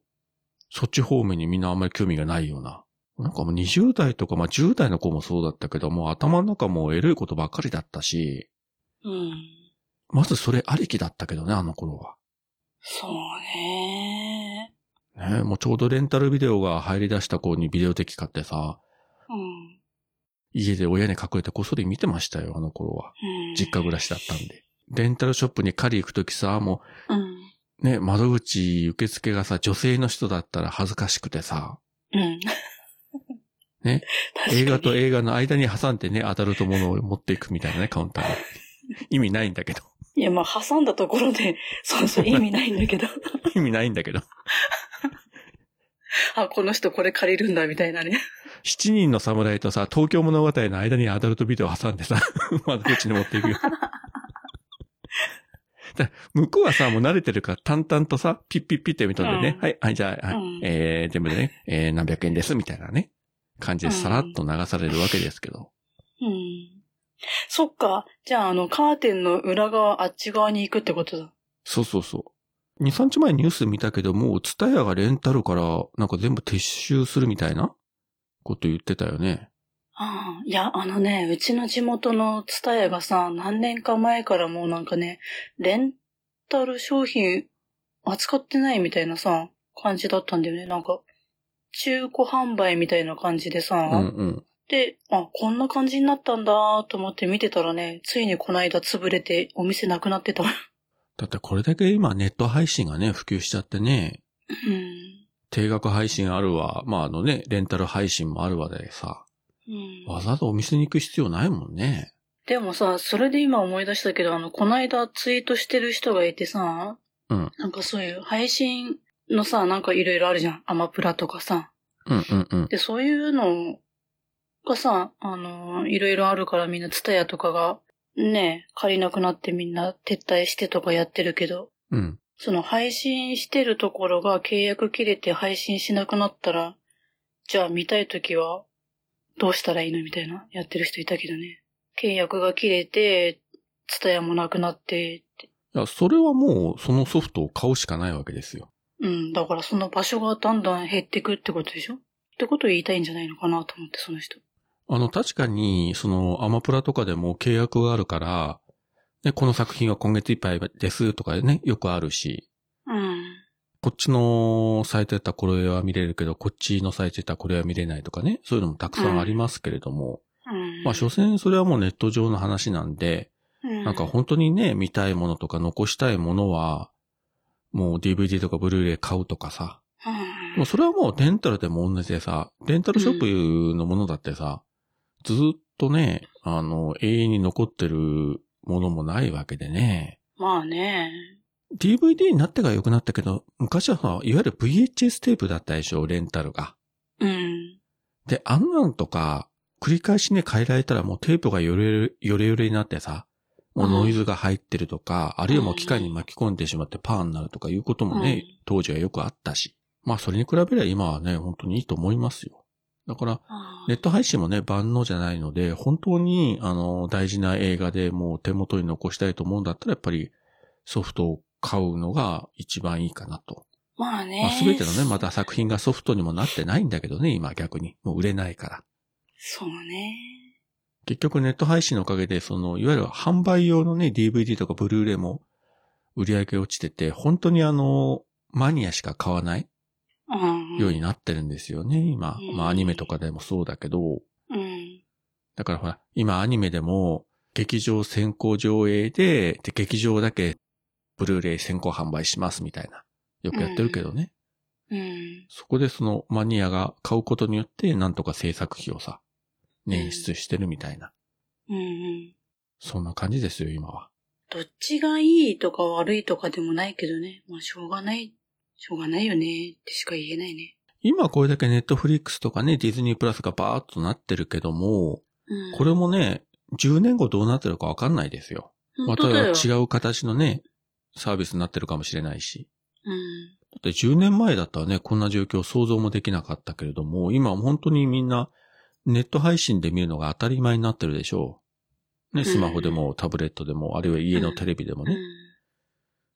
Speaker 1: そっち方面にみんなあんまり興味がないような。なんかもう20代とか、まあ10代の子もそうだったけど、もう頭の中もうエロいことばっかりだったし、
Speaker 2: うん。
Speaker 1: まずそれありきだったけどね、あの頃は。
Speaker 2: そうね。
Speaker 1: ね、もうちょうどレンタルビデオが入り出した頃にビデオ的買ってさ、
Speaker 2: うん。
Speaker 1: 家で親に隠れてこっそり見てましたよ、あの頃は。
Speaker 2: うん
Speaker 1: 実家暮らしだったんで。レンタルショップに借り行くときさ、も
Speaker 2: うん。
Speaker 1: うね、窓口受付がさ、女性の人だったら恥ずかしくてさ、
Speaker 2: うん。
Speaker 1: ね、映画と映画の間に挟んでね、アダルトものを持っていくみたいなね、カウンターに。意味ないんだけど。
Speaker 2: いや、まあ、挟んだところで、 そうそう、意味ないんだけど。
Speaker 1: 意味ないんだけど。
Speaker 2: あ、この人これ借りるんだ、みたいなね。
Speaker 1: 七人の侍とさ、東京物語の間にアダルトビデオ挟んでさ、 窓口に持っていく よ。だから向こうはさ、もう慣れてるから淡々とさ、ピッピッピッって見とんでね、
Speaker 13: うん
Speaker 1: はい、はい、じゃあ、はい
Speaker 13: うん
Speaker 1: えー、全部でね、えー、何百円です、みたいなね、感じでさらっと流されるわけですけど。
Speaker 2: うん。そっか。じゃあ、あの、カーテンの裏側、あっち側に行くってことだ。
Speaker 1: そうそうそう。二、三日前ニュース見たけど、もう、ツタヤがレンタルから、なんか全部撤収するみたいなこと言ってたよね。
Speaker 2: ああ、いや、あのね、うちの地元のツタヤがさ、何年か前からもうなんかね、レンタル商品扱ってないみたいなさ、感じだったんだよね。なんか、中古販売みたいな感じでさ、
Speaker 1: うんうん。
Speaker 2: で、あ、こんな感じになったんだと思って見てたらね、ついにこの間潰れてお店なくなってた。
Speaker 1: だってこれだけ今ネット配信がね、普及しちゃってね、
Speaker 2: うん。
Speaker 1: 定額配信あるわ、まああのね、レンタル配信もあるわでさ、
Speaker 2: うん。
Speaker 1: わざわざお店に行く必要ないもんね。
Speaker 2: でもさ、それで今思い出したけど、あの、この間ツイートしてる人がいてさ、
Speaker 1: うん。
Speaker 2: なんかそういう配信のさ、なんかいろいろあるじゃん。アマプラとかさ。
Speaker 1: うんうんうん。
Speaker 2: で、そういうのがさ、あのー、いろいろあるからみんなツタヤとかが、ね、借りなくなってみんな撤退してとかやってるけど、
Speaker 1: うん。
Speaker 2: その配信してるところが契約切れて配信しなくなったら、じゃあ見たいときはどうしたらいいのみたいなやってる人いたけどね。契約が切れて、ツタヤもなくなって、
Speaker 1: いや、それはもうそのソフトを買うしかないわけですよ。
Speaker 2: うん、だからその場所がだんだん減ってくってことでしょってことを言いたいんじゃないのかなと思って、その人。
Speaker 1: あの、確かに、その、アマプラとかでも契約があるから、ね、この作品は今月いっぱいですとかね、よくあるし、
Speaker 2: うん。
Speaker 1: こっちのサイトやったらこれは見れるけど、こっちのサイトやったらこれは見れないとかね、そういうのもたくさんありますけれども、
Speaker 2: うん。
Speaker 1: まあ、所詮それはもうネット上の話なんで、
Speaker 2: うん
Speaker 1: なんか本当にね、見たいものとか残したいものは、もう DVD とかブルーレイ買うとかさ。
Speaker 2: うん
Speaker 1: もうそれはもうレンタルでも同じでさ、レンタルショップのものだってさ、ずーっとね、あの、永遠に残ってるものもないわけでね。
Speaker 2: まあね。
Speaker 1: DVD になってから良くなったけど、昔はさ、いわゆる VHS テープだったでしょ、レンタルが。
Speaker 2: うん。
Speaker 1: で、あんなんとか、繰り返しね、変えられたらもうテープがよれよれよれよれになってさ、もうノイズが入ってるとか、あるいはもう機械に巻き込んでしまってパーになるとかいうこともね、
Speaker 2: うん
Speaker 1: 当時はよくあったし。まあそれに比べれば今はね、本当にいいと思いますよ。だから、ネット配信もね、万能じゃないので、本当に、あの、大事な映画でもう手元に残したいと思うんだったら、やっぱりソフトを買うのが一番いいかなと。
Speaker 2: まあね。
Speaker 1: まあ、全てのね、また作品がソフトにもなってないんだけどね、今逆に。もう売れないから。
Speaker 2: そうね。
Speaker 1: 結局ネット配信のおかげで、その、いわゆる販売用のね、DVD とかブルーレイも売り上げ落ちてて、本当にあの、マニアしか買わない
Speaker 2: うん
Speaker 1: ようになってるんですよね、今。まあアニメとかでもそうだけど、
Speaker 2: うん。
Speaker 1: だからほら、今アニメでも劇場先行上映で、で、劇場だけブルーレイ先行販売しますみたいな。よくやってるけどね。
Speaker 2: うん。
Speaker 1: そこでそのマニアが買うことによってなんとか制作費をさ、捻出してるみたいな。
Speaker 2: うんうん。
Speaker 1: そんな感じですよ、今は。
Speaker 2: どっちがいいとか悪いとかでもないけどね。まあ、しょうがない。しょうがないよね。ってしか言えないね。
Speaker 1: 今これだけネットフリックスとかね、ディズニープラスがバーッとなってるけども、
Speaker 2: うん。
Speaker 1: これもね、10年後どうなってるかわかんないですよ。ま
Speaker 2: 本
Speaker 1: た
Speaker 2: 当だよ。
Speaker 1: 違う形のね、サービスになってるかもしれないし。
Speaker 2: うん。
Speaker 1: だって10年前だったらね、こんな状況想像もできなかったけれども、今本当にみんなネット配信で見るのが当たり前になってるでしょう。ね、スマホでもタブレットでも、あるいは家のテレビでもね。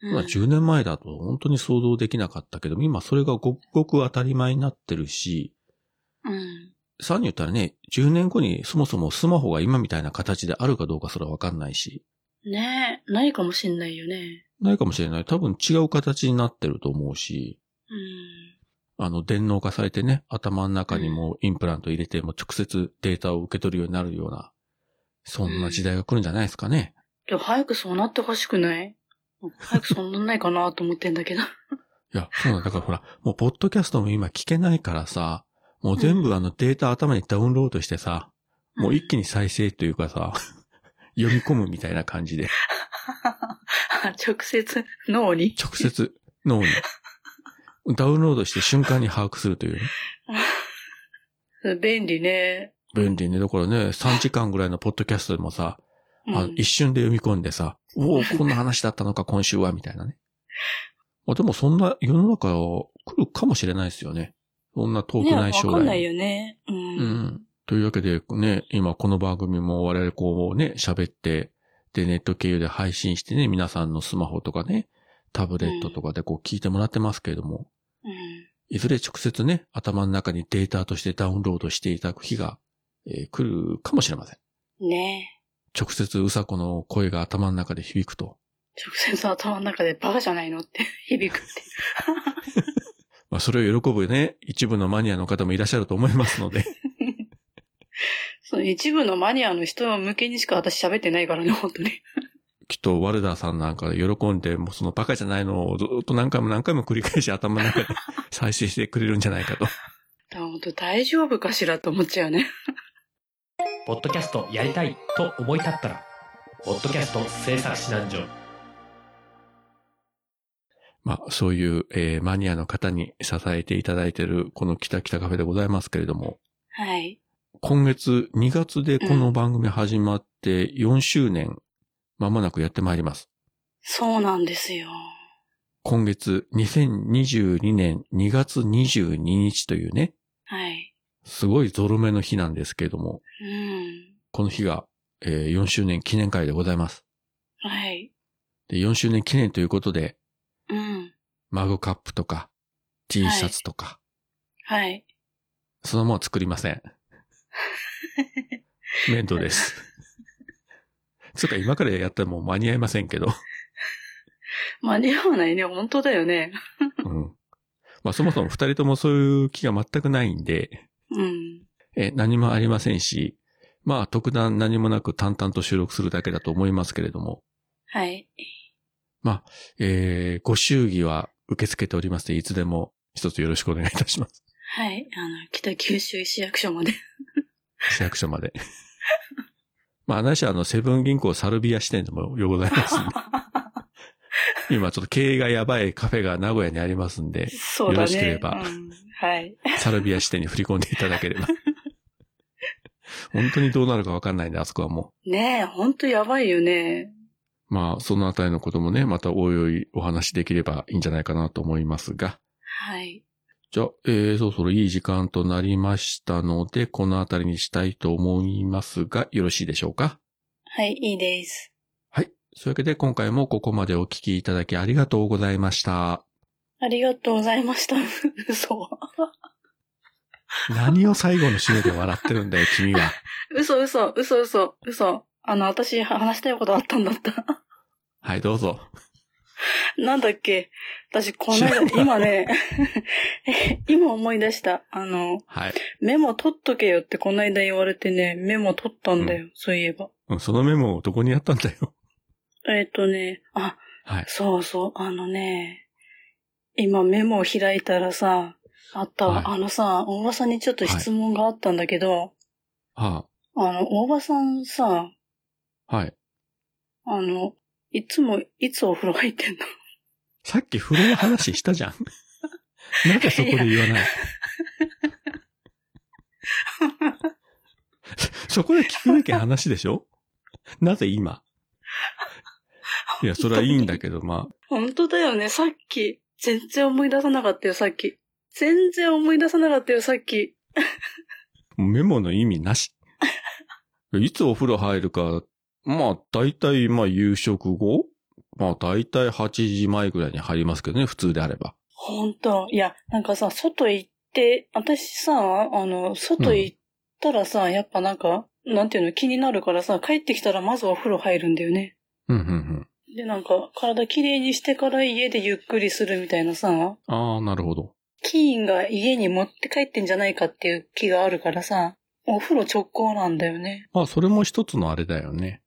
Speaker 1: まあ10年前だと本当に想像できなかったけども、今それがごくごく当たり前になってるし、
Speaker 2: うん。
Speaker 1: さらに言ったらね、10年後にそもそもスマホが今みたいな形であるかどうかそれはわかんないし、
Speaker 2: ねえ、ないかもしんないよね。
Speaker 1: ないかもしれない。多分違う形になってると思うし、
Speaker 2: うん。
Speaker 1: あの、電脳化されてね、頭の中にもうインプラント入れて、もう直接データを受け取るようになるような、そんな時代が来るんじゃないですかね。
Speaker 2: でも早くそうなってほしくない早くそんなんないかなと思ってんだけど。
Speaker 1: いや、そうなんだ。だからほら、もうポッドキャストも今聞けないからさ、もう全部あのデータ頭にダウンロードしてさ、 もう一気に再生というかさ、読み込むみたいな感じで、
Speaker 2: 直接脳に。
Speaker 1: 直接脳に。 ダウンロードして瞬間に把握するというね。
Speaker 2: 便利ね。
Speaker 1: 便利ね。だからね、3時間ぐらいのポッドキャストでもさ、あ
Speaker 2: うん
Speaker 1: 一瞬で読み込んでさ、おお、こんな話だったのか、今週は、みたいなね。まあでもそんな世の中来るかもしれないですよね。そんな遠くない
Speaker 2: ね
Speaker 1: 将来。
Speaker 2: わかんないよね。うん。
Speaker 1: うん。というわけでね、今この番組も我々こうね、喋って、で、ネット経由で配信してね、皆さんのスマホとかね、タブレットとかでこう聞いてもらってますけれども、
Speaker 2: うん。
Speaker 1: いずれ直接ね、頭の中にデータとしてダウンロードしていただく日が、えー来るかもしれません。
Speaker 2: ね
Speaker 1: 直接うさこの声が頭の中で響くと。
Speaker 2: 直接頭の中でバカじゃないのって 響くって。
Speaker 1: まあ、それを喜ぶね、一部のマニアの方もいらっしゃると思いますので。
Speaker 2: その一部のマニアの人向けにしか私喋ってないからね、本当に。
Speaker 1: きっとワルダーさんなんか喜んで、もうそのバカじゃないのをずっと何回も何回も繰り返し頭の中で 再生してくれるんじゃないかと。
Speaker 2: だから本当大丈夫かしらと思っちゃうね。
Speaker 15: ポッドキャストやりたいと思い立ったら、ポッドキャスト制作指南所。
Speaker 1: まあ、そういう、えーマニアの方に支えていただいているこのキタキタカフェでございますけれども、
Speaker 2: はい。
Speaker 1: 今月2月でこの番組始まって4周年、まもなくやってまいります。
Speaker 2: そうなんですよ。
Speaker 1: 今月2022年2月22日というね、
Speaker 2: はい。
Speaker 1: すごいゾロ目の日なんですけれども、
Speaker 2: うん。
Speaker 1: この日が、えー4周年記念会でございます。
Speaker 2: はい。
Speaker 1: で、4周年記念ということで、
Speaker 2: うん。
Speaker 1: マグカップとか、T シャツとか、
Speaker 2: はい。
Speaker 1: そのまま作りません。面倒です。つうか今からやっても間に合いませんけど、
Speaker 2: 間に合わないね、本当だよね。
Speaker 1: うん。まあそもそも二人ともそういう気が全くないんで、
Speaker 2: うん。
Speaker 1: え、何もありませんし、まあ特段何もなく淡々と収録するだけだと思いますけれども、
Speaker 2: はい。
Speaker 1: まあ、えー、ご祝儀は受け付けておりますので、いつでも一つよろしくお願いいたし ます。
Speaker 2: はい。あの、北九州市役所まで。
Speaker 1: 市役所まで。まあ、話はあの、セブン銀行サルビア支店でもようございますん で。今ちょっと経営がやばいカフェが名古屋にありますんで、
Speaker 2: そ
Speaker 1: よ
Speaker 2: うだね。
Speaker 1: ろしければ、
Speaker 2: うんはい。
Speaker 1: サルビア支店に振り込んでいただけ れば。本当にどうなるかわかんないんで、あそこはも
Speaker 2: ねえ、ほんとやばいよね。
Speaker 1: う。まあ、そのあたりのこともね、またおいおいお話しできればいいんじゃないかなと思いますが。
Speaker 2: はい。
Speaker 1: じゃあ、えー、そろそろいい時間となりましたので、このあたりにしたいと思いますが、よろしいでしょうか
Speaker 2: はい、いいです。
Speaker 1: そういうわけで今回もここまでお聞きいただきありがとうございました。
Speaker 2: ありがとうございました。 嘘。
Speaker 1: 何を最後の締めで笑ってるんだよ、君は。
Speaker 2: 嘘嘘、嘘嘘、嘘。あの、私話したいことあったんだった。
Speaker 1: はい、どうぞ。
Speaker 2: なんだっけ私、この間、今ね、 今思い出した。あの、
Speaker 1: はい。
Speaker 2: メモ取っとけよってこの間言われてね、メモ取ったんだよ、そういえば。
Speaker 1: うんそのメモをどこにやったんだよ。
Speaker 2: えっ、とね、あ、
Speaker 1: はい。
Speaker 2: そうそう、あのね、今メモを開いたらさ、あったわ、あのさ、大場さんにちょっと質問があったんだけど、
Speaker 1: は
Speaker 2: あの、大場さんさ、
Speaker 1: あ、はい。
Speaker 2: あの、いつも、いつお風呂入ってんの
Speaker 1: さっき風呂の話したじゃ ん。なんでそこで言わないそこで聞くべき話でしょなぜ今いや、それはいいんだけど、ま
Speaker 2: 本当だよね、さっき、全然思い出さなかったよ、さっき。全然思い出さなかったよ、さっき。
Speaker 1: あ、メモの意味なし。いつお風呂入るか、まあ、大体、まあ、夕食後まあ、大体8時前ぐらいに入りますけどね、普通であれば。
Speaker 2: 本当いや、なんかさ、外行って、私さ、あの、外行ったらさ、やっぱなんか、なんていうの、気になるからさ、帰ってきたらまずお風呂入るんだよね。
Speaker 1: うん、うん、うん。
Speaker 2: で、なんか、体きれいにしてから家でゆっくりするみたいなさ、
Speaker 1: ああ、なるほど。
Speaker 2: キーンが家に持って帰ってんじゃないかっていう気があるからさ、お風呂直行なんだよね。
Speaker 1: まあ、それも一つのあれだよね。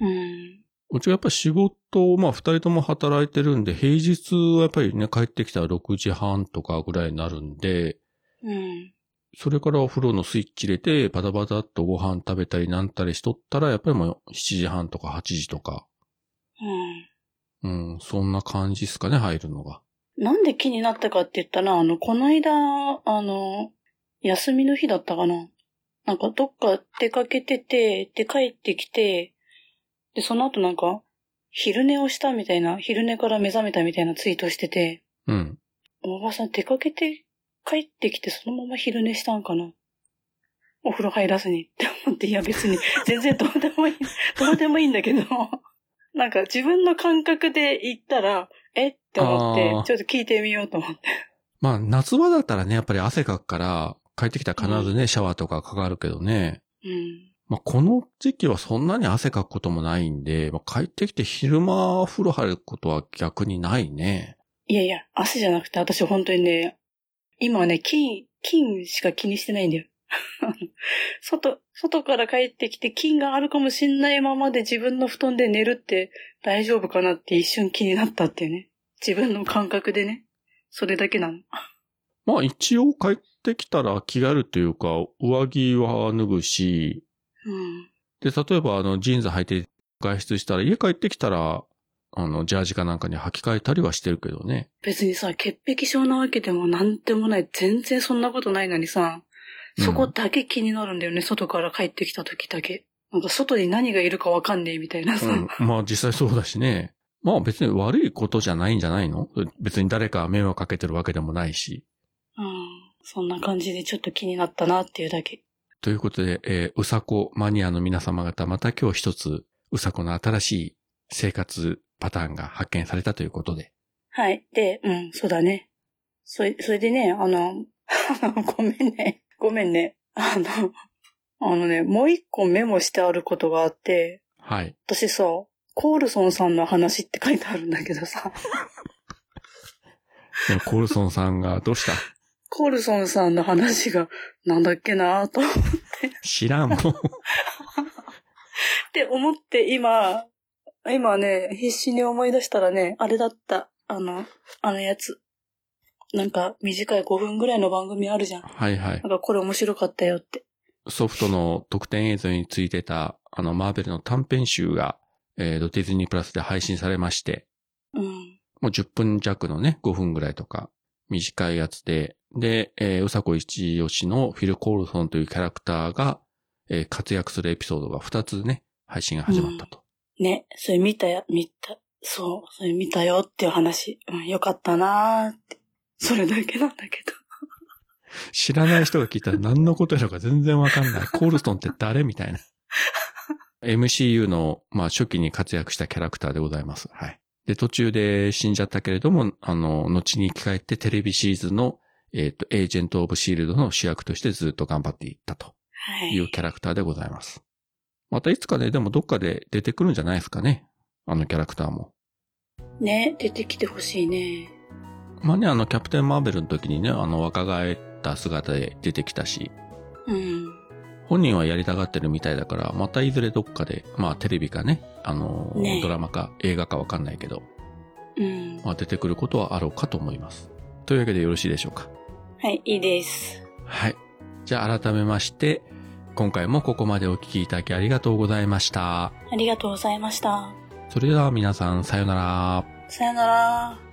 Speaker 2: うん。
Speaker 1: うちはやっぱ仕事を、まあ二人とも働いてるんで、平日はやっぱりね、帰ってきたら6時半とかぐらいになるんで、
Speaker 2: うん。
Speaker 1: それからお風呂のスイッチ入れて、バタバタっとご飯食べたりなんたりしとったら、やっぱりもう7時半とか8時とか、うん、そんな感じっすかね、入るのが。
Speaker 2: うん。なんで気になったかって言ったら、あの、この間、あの、休みの日だったかな。なんかどっか出かけてて、で帰ってきて、で、その後なんか、昼寝をしたみたいな、昼寝から目覚めたみたいなツイートしてて、
Speaker 1: うん。
Speaker 2: おばさん出かけて帰ってきてそのまま昼寝したんかなお風呂入らずにって思って、いや別 に全然どうでもいい、どうでもいいんだけど、なんか自分の感覚で行ったら、えって思って
Speaker 1: あー、
Speaker 2: ちょっと聞いてみようと思って。
Speaker 1: まあ夏場だったらね、やっぱり汗かくから、帰ってきたら必ずね、シャワーとかかかるけどね。
Speaker 2: うん。
Speaker 1: まあこの時期はそんなに汗かくこともないんで、まあ帰ってきて昼間お風呂入ることは逆にないね。
Speaker 2: いやいや、汗じゃなくて私本当にね、今はね、菌、菌しか気にしてないんだよ。 外、外から帰ってきて菌があるかもしんないままで自分の布団で寝るって大丈夫かなって一瞬気になったっていうね。自分の感覚でね。それだけなの。
Speaker 1: まあ一応帰ってきたら着替えるというか、上着は脱ぐし、
Speaker 2: うん。
Speaker 1: で、例えばあのジーンズ履いて外出したら、家帰ってきたら、あの、ジャージかなんかに履き替えたりはしてるけどね。
Speaker 2: 別にさ、潔癖症なわけでもなんでもない。全然そんなことないのにさ、そこだけ気になるんだよね。外から帰ってきた時だけ。なんか外に何がいるかわかんねえみたいなさ。
Speaker 1: うん。まあ実際そうだしね。まあ別に悪いことじゃないんじゃないの別に誰か迷惑かけてるわけでもないし。
Speaker 2: うん。そんな感じでちょっと気になったなっていうだけ。
Speaker 1: ということで、えーうさこマニアの皆様方、また今日一つ、うさこの新しい生活パターンが発見されたということで。
Speaker 2: はい。で、うん、そうだね。それ、それでね、あの、 あのごめんね。ごめんね。あの、あのね、もう一個メモしてあることがあって、
Speaker 1: はい。
Speaker 2: 私さ、コールソンさんの話って書いてあるんだけどさ、
Speaker 1: でもコールソンさんがどうした
Speaker 2: コールソンさんの話がなんだっけなぁと思っ
Speaker 1: 知らんもん。
Speaker 2: て思って今、今ね、必死に思い出したらね、あれだった。あの、あのやつ。なんか短い5分ぐらいの番組あるじゃん。
Speaker 1: はいはい
Speaker 2: なん。かこれ面白かったよって。
Speaker 1: ソフトの特典映像についてた、あの、マーベルの短編集が、えーと、ディズニープラスで配信されまして、
Speaker 2: うん。
Speaker 1: もう10分弱のね、5分ぐらいとか、短いやつで、で、えーうさこ一押しのフィル・コールソンというキャラクターが、えー活躍するエピソードが2つね、配信が始まったと。
Speaker 2: ね、それ見たよ、見た。そう、それ見たよっていう話。うん、よかったなーって。それだけなんだけど。
Speaker 1: 知らない人が聞いたら何のことやろうか全然わかんない。コールソンって誰みたいな。MCU の、まあ、初期に活躍したキャラクターでございます。はい。で、途中で死んじゃったけれども、あの、後に生き返ってテレビシリーズンの、えっ、と、エージェント・オブ・シールドの主役としてずっと頑張っていったと
Speaker 2: は
Speaker 1: いう
Speaker 2: い。
Speaker 1: キャラクターでございます。またいつかね、でもどっかで出てくるんじゃないですかね。あのキャラクターも。
Speaker 2: ね、出てきてほしいね。
Speaker 1: まあね、あの、キャプテン・マーベルの時にね、あの、若返った姿で出てきたし、
Speaker 2: うん。
Speaker 1: 本人はやりたがってるみたいだから、またいずれどっかで、まあテレビかね、あの、
Speaker 2: ねえ
Speaker 1: ドラマか映画かわかんないけど、
Speaker 2: うん。
Speaker 1: まあ出てくることはあろうかと思います。というわけでよろしいでしょうか。
Speaker 2: はい、いいです。
Speaker 1: はい。じゃあ改めまして、今回もここまでお聞きいただきありがとうございました。
Speaker 2: ありがとうございました。
Speaker 1: それでは皆さん、さようなら。
Speaker 2: さよなら。